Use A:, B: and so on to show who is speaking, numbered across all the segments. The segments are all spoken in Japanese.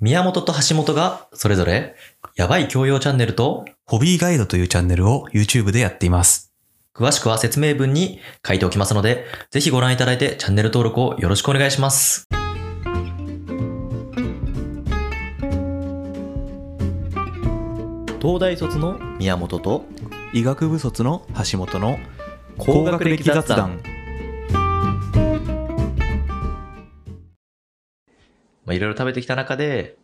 A: 宮本と橋本がそれぞれ、やばい教養チャンネルと、
B: ホビーガイドというチャンネルを YouTube でやっています。
A: 詳しくは説明文に書いておきますので、ぜひご覧いただいてチャンネル登録をよろしくお願いします。東大卒の宮本と、
B: 医学部卒の橋本の
A: 高学歴雑談。まあ、いろいろ食べてきた中で、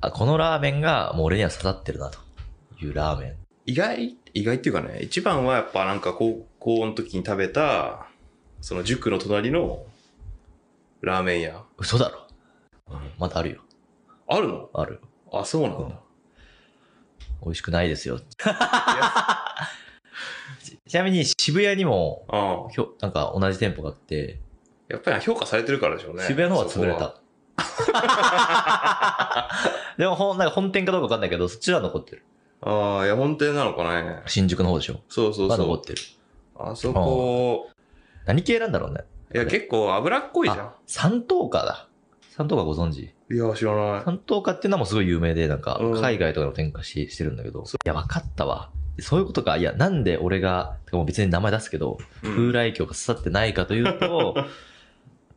A: あ、このラーメンがもう俺には刺さってるなというラーメン。
C: 意外、意外っていうかね、一番はやっぱなんか高校の時に食べた、その塾の隣のラーメン屋。
A: 嘘だろ。うんまだあるよ。
C: あるの
A: ある。
C: あ、そうなんだ。
A: 美味しくないですよ。 ちちなみに渋谷にも、
C: ああ。
A: ひょなんか同じ店舗があって、
C: やっぱり評価されてるからでしょうね。
A: 渋谷の方が潰れ
C: そこ
A: た。
C: は。
A: でもほんなんか本店かどうかわかんないけど、そっちは残ってる。
C: ああ、いや、本店なのかね。
A: 新宿の方でしょ。
C: そうそう
A: が残
C: そ
A: ってる。
C: う。あそこ、
A: 何系なんだろうね。
C: いや、結構脂っこいじゃ
A: あ、三等価だ。三等価ご存知
C: ん。いや、知らない。
A: 三等価っていうのはもうすごい有名で、なんか
C: うん
A: 海外とかでも展開ししてるんだけど、いや、わかったわ。そういうことか。いや、なんで俺が、てかもう別に名前出すけど、
C: うん
A: 風来鏡が刺さってないかというと、 だか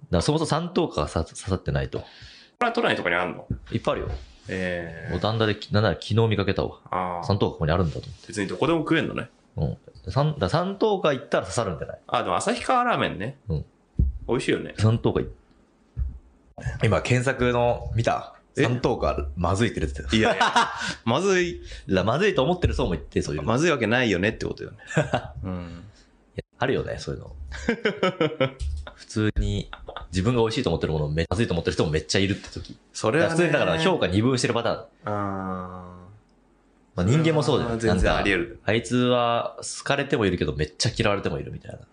A: らそもそも三等価が刺さ刺さってないと。
C: これは都内とかにあんの
A: いっぱいあるよ。
C: ええ
A: 五反田で、なんなら昨日見かけたわ。
C: ああ
A: 三。等価ここにあるんだと思
C: 別にどこでも食えんのね。
A: って。三、だから三等価行ったら刺さるんじゃない
C: あ、でも旭川ラーメンね。
A: うん
C: 美味しいよね。
A: 三等価行っ
B: 今検索の見た
C: え
B: 3等がまずいって出てた。
C: いやいや、まずい、
A: だからまずいと思ってる層も言って、そう いうの。
C: まずいわけないよねってこと よね。うん。
A: あるよね、そういう の。普通に自分が美味しいと思ってるものをめまずいと思ってる人もめっちゃいるって時。
C: それ
A: だか
C: は、
A: ら普
C: ね、
A: 通にだから評価二分してるパターン。
C: あ
A: まあ、人間もそうだよ
C: あ
A: ね。
C: ー全然あり
A: なんか
C: 得る。
A: あいつは好かれてもいるけどめっちゃ嫌われてもいるみたいな。だか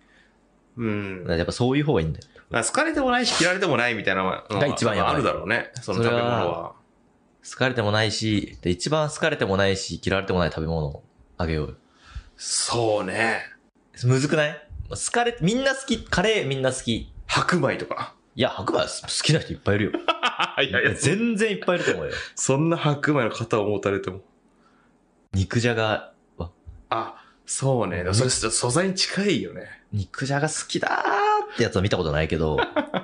C: うん。だ
A: らやっぱそういう方がいいんだよ。
C: から好かれてもないし、嫌われてもないみたいなのが
A: が一番やばい
C: あるだろうね。その
A: それ
C: 食
A: は
C: べ物は。
A: 好かれてもないし、で一番好かれてもないし、嫌われてもない食べ物をあげようよ。
C: そうね。
A: むずくない好かれ、みんな好き、カレーみんな好き。い
C: 白米 とか。
A: や、白米好きな人いっぱいいるよ。
C: いやいや、
A: 全然いっぱいいると思うよ。
C: そんな白米の肩を持たれても。
A: 肉じゃが、
C: あ、そうね。でもそれ、素材に近いよね。
A: 肉じゃが好きだーってやつは見たことないけど、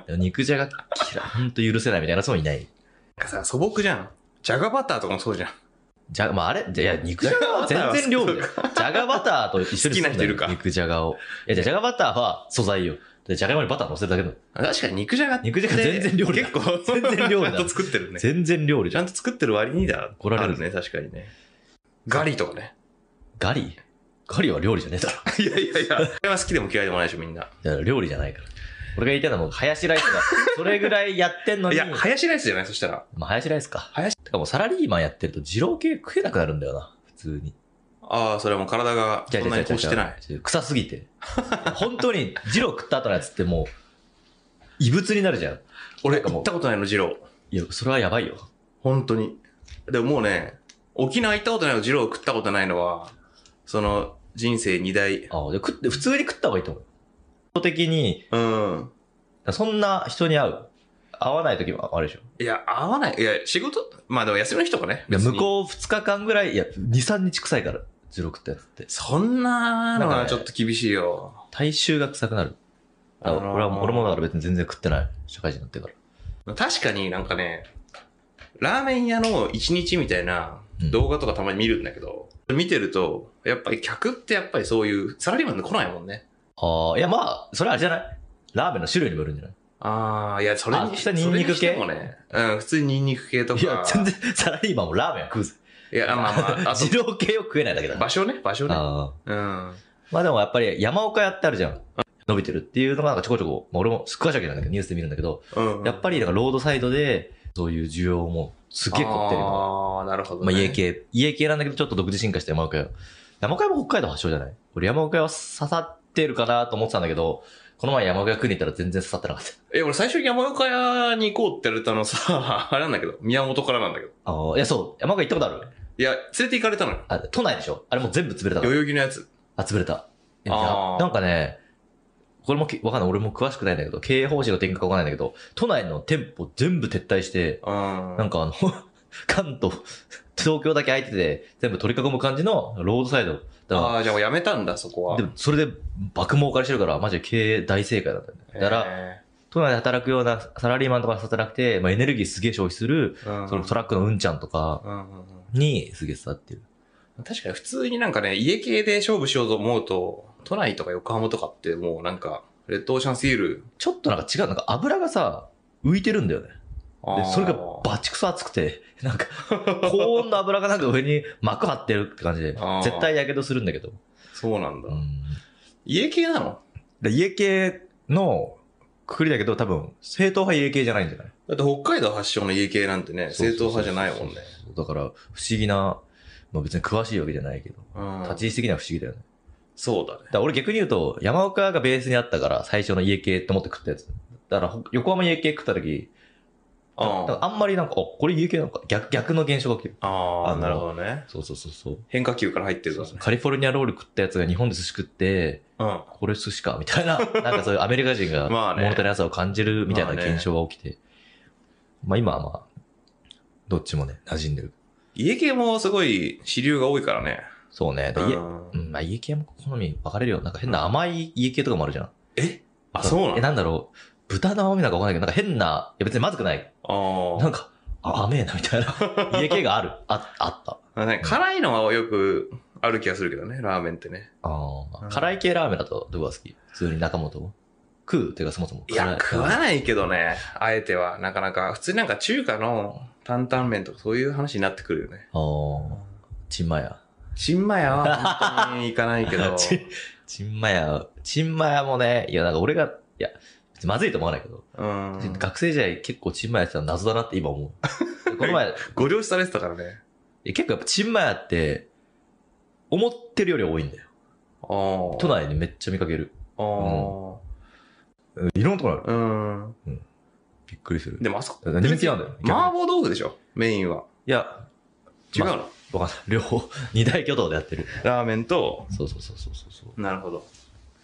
A: でも肉じゃが嫌い、ほんと許せないみたいな人もいない。
C: なんかさ、素朴じゃん。じゃがバターとかもそうじゃん。
A: じゃ、まああれ、じゃいや、肉じゃがは全然料理だよ。じゃがバターと一緒にすんだよ
C: 好きな人いるか
A: 肉じゃがを。いや、じゃじゃがバターは素材よ。でじゃがいもにバター乗せるだけの。
C: 確かに肉じゃがって
A: 肉じゃが全然料理だ
C: 結構、
A: 全然料理だ
C: ちゃんと作ってるね。
A: 全然料理
C: ち
A: じゃ
C: ゃ
A: ん。
C: んと作ってる割にだ。
A: 怒られる
C: あね、確かにね。ガリとかね。
A: ガリガリは料理じゃねえだろ。
C: いやいやいや。これは好きでも嫌いでもないでしょ、みんな。
A: だから料理じゃないから。俺が言いたいのはもう、ハヤシライスが、それぐらいやってんの
C: い
A: に、
C: や、ハヤシライスじゃないそしたら。
A: まあ、ハヤシライスか。
C: ハヤシ
A: てかもうサラリーマンやってると、二郎系食えなくなるんだよな、普通に。
C: ああ、それはもう体がそんなにこうしてない。
A: い。臭すぎて。本当に、二郎食った後のやつってもう、異物になるじゃん。
C: 俺、
A: なんか
C: 行
A: もう
C: ったことないの、二郎。
A: いや、それはやばいよ。
C: 本当に。でももうね、沖縄行ったことないの、二郎食ったことないのは、その、人生二大。
A: ああ、で食って、普通に食った方がいいと思う。人的に、
C: うん。
A: そんな人に会う。会わない時もあるでしょ。
C: いや、合わない。いや、仕事、まあでも休みの日とかね。
A: いや、
C: 別に
A: 向こう2日間ぐらい、いや、2、3日臭いから、二郎食ったやつって。
C: そんなの
A: なん
C: は
A: かね
C: ちょっと厳しいよ。
A: 体臭が臭くなる。だから
C: あのー
A: 俺はもう、俺もだから別に全然食ってない。社会人になってから。
C: 確かになんかね、ラーメン屋の一日みたいな
A: うん
C: 動画とかたまに見るんだけど、見てると、やっぱり客ってやっぱりそういう、サラリーマンで来ないもんね。
A: ああ、いや、まあ、それはあれじゃないラーメンの種類にもよるんじゃない
C: ああ、いや、それ
A: あ
C: に、
A: それニンニク系
C: それにしてもね、うん、普通にニンニク系とか。
A: いや、全然、サラリーマンもラーメンは食うぜ。
C: いや、まあ まあ、あと
A: 二、郎系を食えないだけだから。
C: 場所ね、場所ね。
A: ああ
C: うん。
A: まあでもやっぱり山岡屋ってあるじゃん。伸びてるっていうのがなんかちょこちょこ、まあ、俺も詳しいわけなんだけどニュースで見るんだけど、
C: うん。
A: やっぱりなんかロードサイドでそういう需要もすげえ凝ってるよ。
C: ああ、なるほど、
A: まあ
C: ね。
A: 家。系、家系なんだけどちょっと独自進化した山岡屋。山岡屋も北海道発祥じゃない俺山岡屋は刺さってるかなと思ってたんだけど、この前山岡屋食いに行ったら全然刺さってなかった。
C: え、俺最初に山岡屋に行こうって言われたのさ、 あれなんだけど、宮本からなんだけど。
A: ああ、いやそう、山岡屋行ったことある
C: いや、連れて行かれたのよ。
A: あ、都内でしょあれもう全部潰れたの
C: 代々木のやつ。
A: あ、潰れた。いや
C: あー
A: なんかね、これもきわかんない。俺も詳しくないんだけど、経営方針の転換かわかんないんだけど、都内の店舗全部撤退して、
C: あ
A: なんかあの、 関東、東京だけ空いてて、全部取り囲む感じのロードサイド。だ
C: あ
A: か
C: ー、じゃあもうやめたんだ、そこ
A: ら、
C: は。
A: でもそれで爆儲かりしてるから、マジで経営大正解だったんだよね。だから、
C: え
A: 都内で働くようなサラリーマンとかで働くて、まあ、エネルギーすげえ消費する、
C: ー、
A: そのトラックのうんちゃんとか
C: うんうんうん
A: にすげえ伝わってる。
C: 確かに普通になんかね、家系で勝負しようと思うと、都内とか横浜とかってもうなんか、レッドオーシャンスイール。
A: ちょっとなんか違う、なんか油がさ、浮いてるんだよね。で、それがバチクソ熱くて、 なん か、高温の油がなんか上に膜張ってるって感じで
C: あー、
A: 絶対やけどするんだけど。
C: そうなんだ。
A: うん
C: 家系なの
A: で家系のくくりだけど、多分、正統派家系じゃないんじゃない
C: だって北海道発祥の家系なんてね、正統派じゃないもんね。
A: だから、不思議な、まあ別に詳しいわけじゃないけど、
C: うん
A: 立ち位置的には不思議だよね。
C: そうだね
A: だ。から俺逆に言うと、山岡がベースにあったから、最初の家系って思って食ったやつ。だから、ほ横浜家系食った時、なんか
C: あ
A: あんまりなんか、あ、これ家系なのか、逆、逆の現象が起きる。
C: あ
A: あ
C: ー、
A: の
C: なるほどね。
A: そうそうそうそう。
C: 変化球から入ってる
A: そ
C: か
A: う
C: ら
A: そう
C: ね。
A: カリフォルニアロール食ったやつが日本で寿司食って、
C: うん。
A: これ寿司かみたいな、なん かそういうアメリカ人が
C: まあね
A: 物足りなさを感じるみたいな現象が起きて、まあ今はまあ、どっちもね、馴染んでる。
C: 家系もすごい支流が多いからね。
A: そうね。だ
C: う
A: 家、
C: ん
A: うん、まあ家系も好み分かれるよ。なんか変な甘い家系とかもあるじゃん。
C: えあ、そうな
A: え、
C: の
A: なんだろう。豚の甘みなんかわかんないけど、なんか変な、いや別にまずくない。な
C: あ
A: んか、あ甘えなみたい な。家系がある。あ、あった。
C: あ。なんか辛いのはよくある気がするけどね、ラーメンってね。
A: あ
C: うん
A: あ。辛い系ラーメンだとどこが好き普通に中本食うっていうかそもそも
C: い
A: 辛。
C: や、食わないけどね、あえては、なかなか、普通になんか中華の担々麺とかそういう話になってくるよね。
A: ああ。ちんまや。
C: チンマヤは本当に行かないけ ど、
A: ちちんまや、ちんまやもね、いや、なんか俺が、いや、別にまずいと思わないけど、
C: うん。
A: 学生時代結構ちんまやってたの謎だなって今思 う。この前、
C: ご了承されてたからね。
A: え結構やっぱちんまやって、思ってるより多いんだよ。
C: ああ。
A: 都内でめっちゃ見かける。い
C: あ
A: ろんなところある。
C: あ。うん。
A: びっくりする。
C: でもあそこ、
A: だから人気なんだよ。逆に
C: 麻婆豆腐でしょ、メインは。
A: いや、
C: 違うの、
A: まわかんない。両方、二大巨頭でやってる。
C: ラーメンと、
A: そうそうそうそうそうそ
C: なるほど。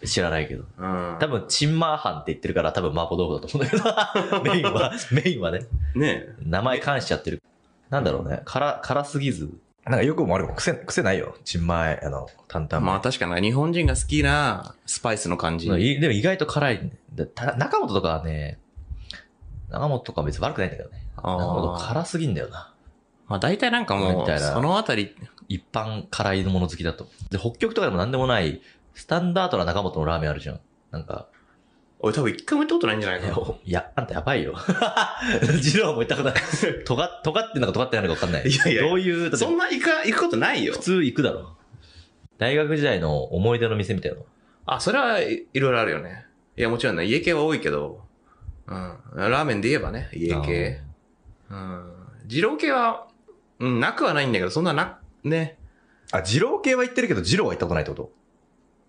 A: う。知らないけど。
C: うん。
A: 多分、チンマーハンって言ってるから、多分、麻婆豆腐だと思うんだけ ど、メインは、メインはね。
C: ねえ。
A: 名前関しちゃってる。なんだろうね。辛、辛すぎず。なんかよくも悪くも癖、癖ないよ。ちんまい、あの、担々
C: ま
A: 麺。
C: あ確かに日本人が好きなスパイスの感じ。
A: まあ、いでも意外と辛い、ね。でた中本とかはね、中本とかは別に悪くないんだけどね。
C: あー
A: 中本辛すぎんだよな。
C: まあ大体なんか
A: み
C: も
A: た
C: う、
A: いな
C: そのあたり、
A: 一般辛いもの好きだと。で、北極とかでもなんでもない、スタンダードな中本のラーメンあるじゃん。なんか、
C: 俺多分一回も行ったことないんじゃない
A: いや、
C: か
A: おいやあんたやばいよ。 ジローも行ったことない。尖っ、尖ってんのか尖ってないのか分かんない。
C: いやいや
A: どういう、だ
C: な。
A: って
C: そんな行か、行くことないよ
A: 普。通行くだろ。大学時代の思い出の店みたいなの。
C: あ、それはいいろいろあるよね。いや、もちろんね、家系は多いけど、うん。ラーメンで言えばね、家系。うん。二郎系は、うん、なくはないんだけど、そんなな、ね。
A: あ、二郎系は行ってるけど、二郎は行ったことないってこと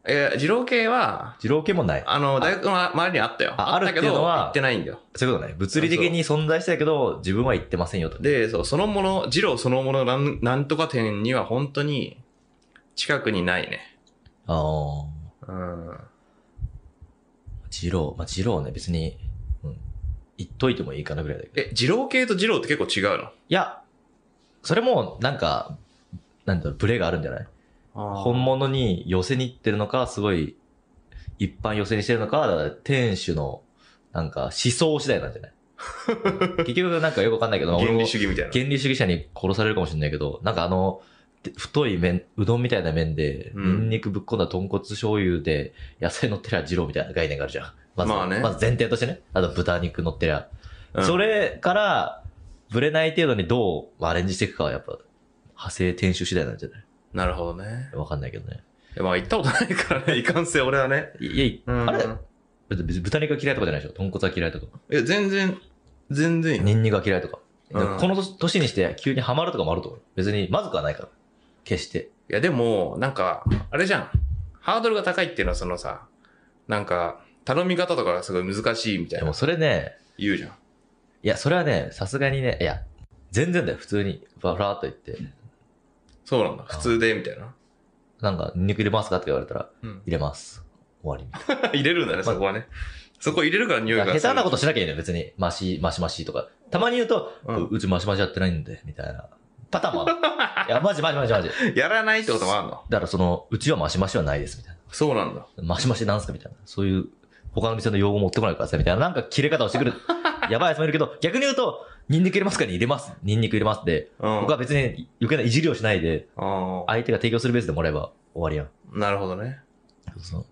C: え、二郎系は、
A: 二郎系もない。
C: あの、大学の周りにあったよ。
A: あ
C: った
A: あるっ
C: け
A: ていう
C: ど、
A: のは
C: 行ってないんだよ。
A: そういうことね。物理的に存在してたけど、自分は行ってませんよと。
C: で、そう、そのもの、二郎そのものなん、なんとか店には本当に近くにないね。
A: ああ。
C: うん。
A: 二郎、まあ、二郎ね、別に、うん。行っといてもいいかなぐらいだけど。い
C: え、二郎系と二郎って結構違うの
A: や、それも、なんか、なんだろう、ブレがあるんじゃない本物に寄せに行ってるのか、すごい、一般寄せにしてるのか、だから店主の、なんか、思想次第なんじゃない うん結局、なんかよくわかんないけど、
C: 原理主義みたいな。
A: 原理主義者に殺されるかもしれないけど、なんかあの、で太い麺、うどんみたいな麺で、
C: う
A: ニ
C: ん
A: ンニクぶっこんだ豚骨醤油で、野菜乗ってりゃ二郎みたいな概念があるじゃん。まず、
C: まあね
A: まず前提としてね。あと豚肉乗ってりゃ。
C: うん
A: それから、ぶれない程度にどうアレンジしていくかはやっぱ、派生店主次第なんじゃない
C: なるほどね。
A: わかんないけどね。
C: まあ行ったことないからね、いかんせん俺はね。
A: いいや、
C: うん
A: あれ別に豚肉が嫌いとかじゃないでしょ。豚骨は嫌いとか。
C: いや、全然、全然いい
A: ニンニクが嫌いとか。
C: うん
A: でもこの年年にして急にハマるとかもあると思う。別にまずくはないから。決して。
C: いや、でも、なんか、あれじゃん。ハードルが高いっていうのはそのさ、なんか、頼み方とかがすごい難しいみたい
A: で
C: な
A: もそれね、
C: 言うじゃん。
A: いや、それはね、さすがにね、いや、全然だよ、普通に。ふらふらっと言って。
C: そうなんだ。普通で、みたいな。
A: なんか、ニンニク入れますかって言われたら、
C: うん。
A: 入れます。終わりみたい
C: 入れるんだね、そこはね。そこ入れるから匂い
A: な。
C: が
A: だ
C: す
A: か
C: る。
A: ら下手なことしなきゃいいのよ、別に。マシ、マシマシとか。たまに言うと、
C: う
A: うんちマシマシやってないんで、みたいな。パターンも ある。いや、マジマジマジマジ。だか
C: やらないってこともあるの
A: らその、うちはマシマシはないです、みたい
C: そうなんだ。
A: な。マシマシなんすかみたいな。そういう、他の店の用語持ってこないからさ、みたいな。なんか切れ方をしてくる。やばいやつもいるけど、逆に言うと、ニンニク入れますかに入れます。ニンニク入れますって。
C: うん。
A: 僕は別に余計ないじりをしないで、
C: ああ
A: 相手が提供するベースでもらえば終わりやん。
C: なるほどね。
A: そうそう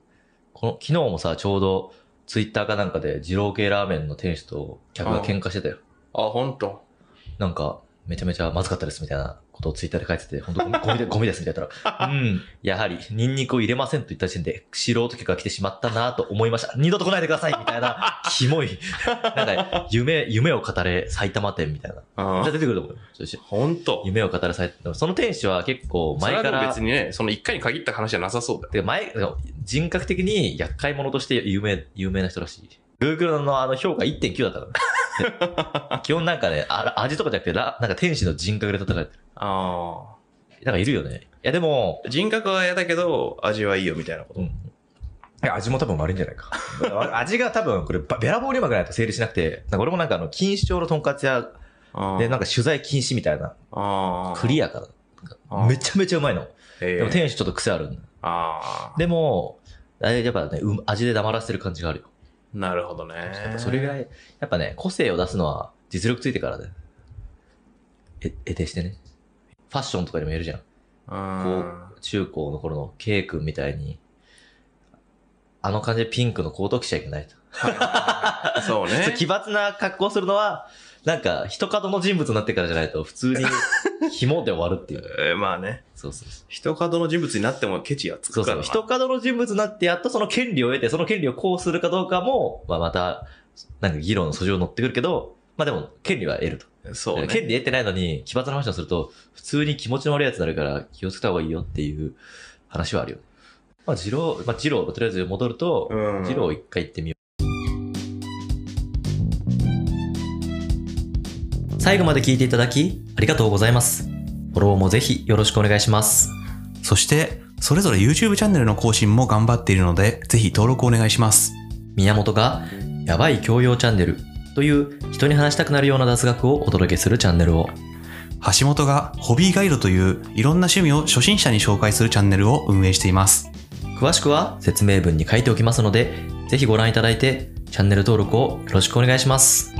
A: この昨日もさ、ちょうど、ツイッターかなんかで、二郎系ラーメンの店主と客が喧嘩してたよ。
C: あ、ほんと。
A: なんか、めちゃめちゃまずかったですみたいなことをツイッターで書いてて、本当ゴ ミゴミでゴミですみたいな言ったら、うん、やはり、ニンニクを入れませんと言った時点で、素人客が来てしまったなと思いました。二度と来ないでくださいみたい な、キモい。なんか、夢、夢を語れ埼玉店みたいな。
C: あ
A: 絶対
C: あ
A: 出てくると思うよ。そうし
C: ほんと。
A: 夢を語れ埼玉。その店主は結構
C: それ
A: 前
C: は
A: か
C: でも
A: ら
C: 別、にね、その一回に限った話じゃなさそうだよ。
A: で前、人格的に厄介者として有名、有名な人らしい。Google のあの評価1.9だったから。 で基本なんかね、あ味とかじゃなくて、らなんか天使の人格で戦えて
C: あ
A: る。なんかいるよね。いやでも、
C: あ。人格は嫌だけど、味はいいよみたいなこと。
A: うん。いや味も多分悪いんじゃないか。 味が多分、これ、ばべらぼうにうまくないと成立しなくて、なんか俺もなんかあの、錦糸町のとんかつ屋
C: ああ
A: で、なんか取材禁止みたいな、
C: ああ。
A: クリアか
C: あ
A: な。めちゃめちゃうまいの。
C: ええ
A: でも店主ちょっと癖あるんだ
C: ああ。
A: でも、あれやっぱね、うん味で黙らせてる感じがあるよ。
C: なるほど
A: やっ
C: ね。
A: ぱそれぐら
C: い。
A: い、やっぱね、個性を出すのは実力ついてからだよ。え、得定してね。ファッションとかにも言えるじゃん。こ
C: あ
A: う、中高の頃の K 君みたいに、あの感じでピンクのコート着ちゃいけないと。
C: あ。 そう ね。
A: そう奇抜な格好をするのは、なんか、一角の人物になってからじゃないと、普通に紐で終わるって いう。
C: えーまあね。
A: そうそうそう。
C: 人角の人物になってもケチがつ
A: そ
C: く
A: う
C: か
A: そ
C: ら
A: う。
C: な。
A: 一角の人物になって、やっとその権利を得て、その権利を行使するかどうかも、まあ、また、なんか議論の訴状に乗ってくるけど、まあでも、権利は得ると。
C: そうね。
A: 権利得てないのに、奇抜な話をすると、普通に気持ちの悪いやつになるから気をつけた方がいいよっていう話はあるよ。まあ、二郎、まあ、二郎、とりあえず戻ると、
C: うん
A: 二郎一回行ってみよう。最後まで聞いていただき、ありがとうございます。フォローもぜひよろしくお願いします。
B: そして、それぞれ YouTube チャンネルの更新も頑張っているので、ぜひ登録お願いします。
A: 宮本がやばい教養チャンネルという人に話したくなるような雑学をお届けするチャンネルを、
B: 橋本がホビーガイドといういろんな趣味を初心者に紹介するチャンネルを運営しています。
A: 詳しくは説明文に書いておきますので、ぜひご覧いただいて、チャンネル登録をよろしくお願いします。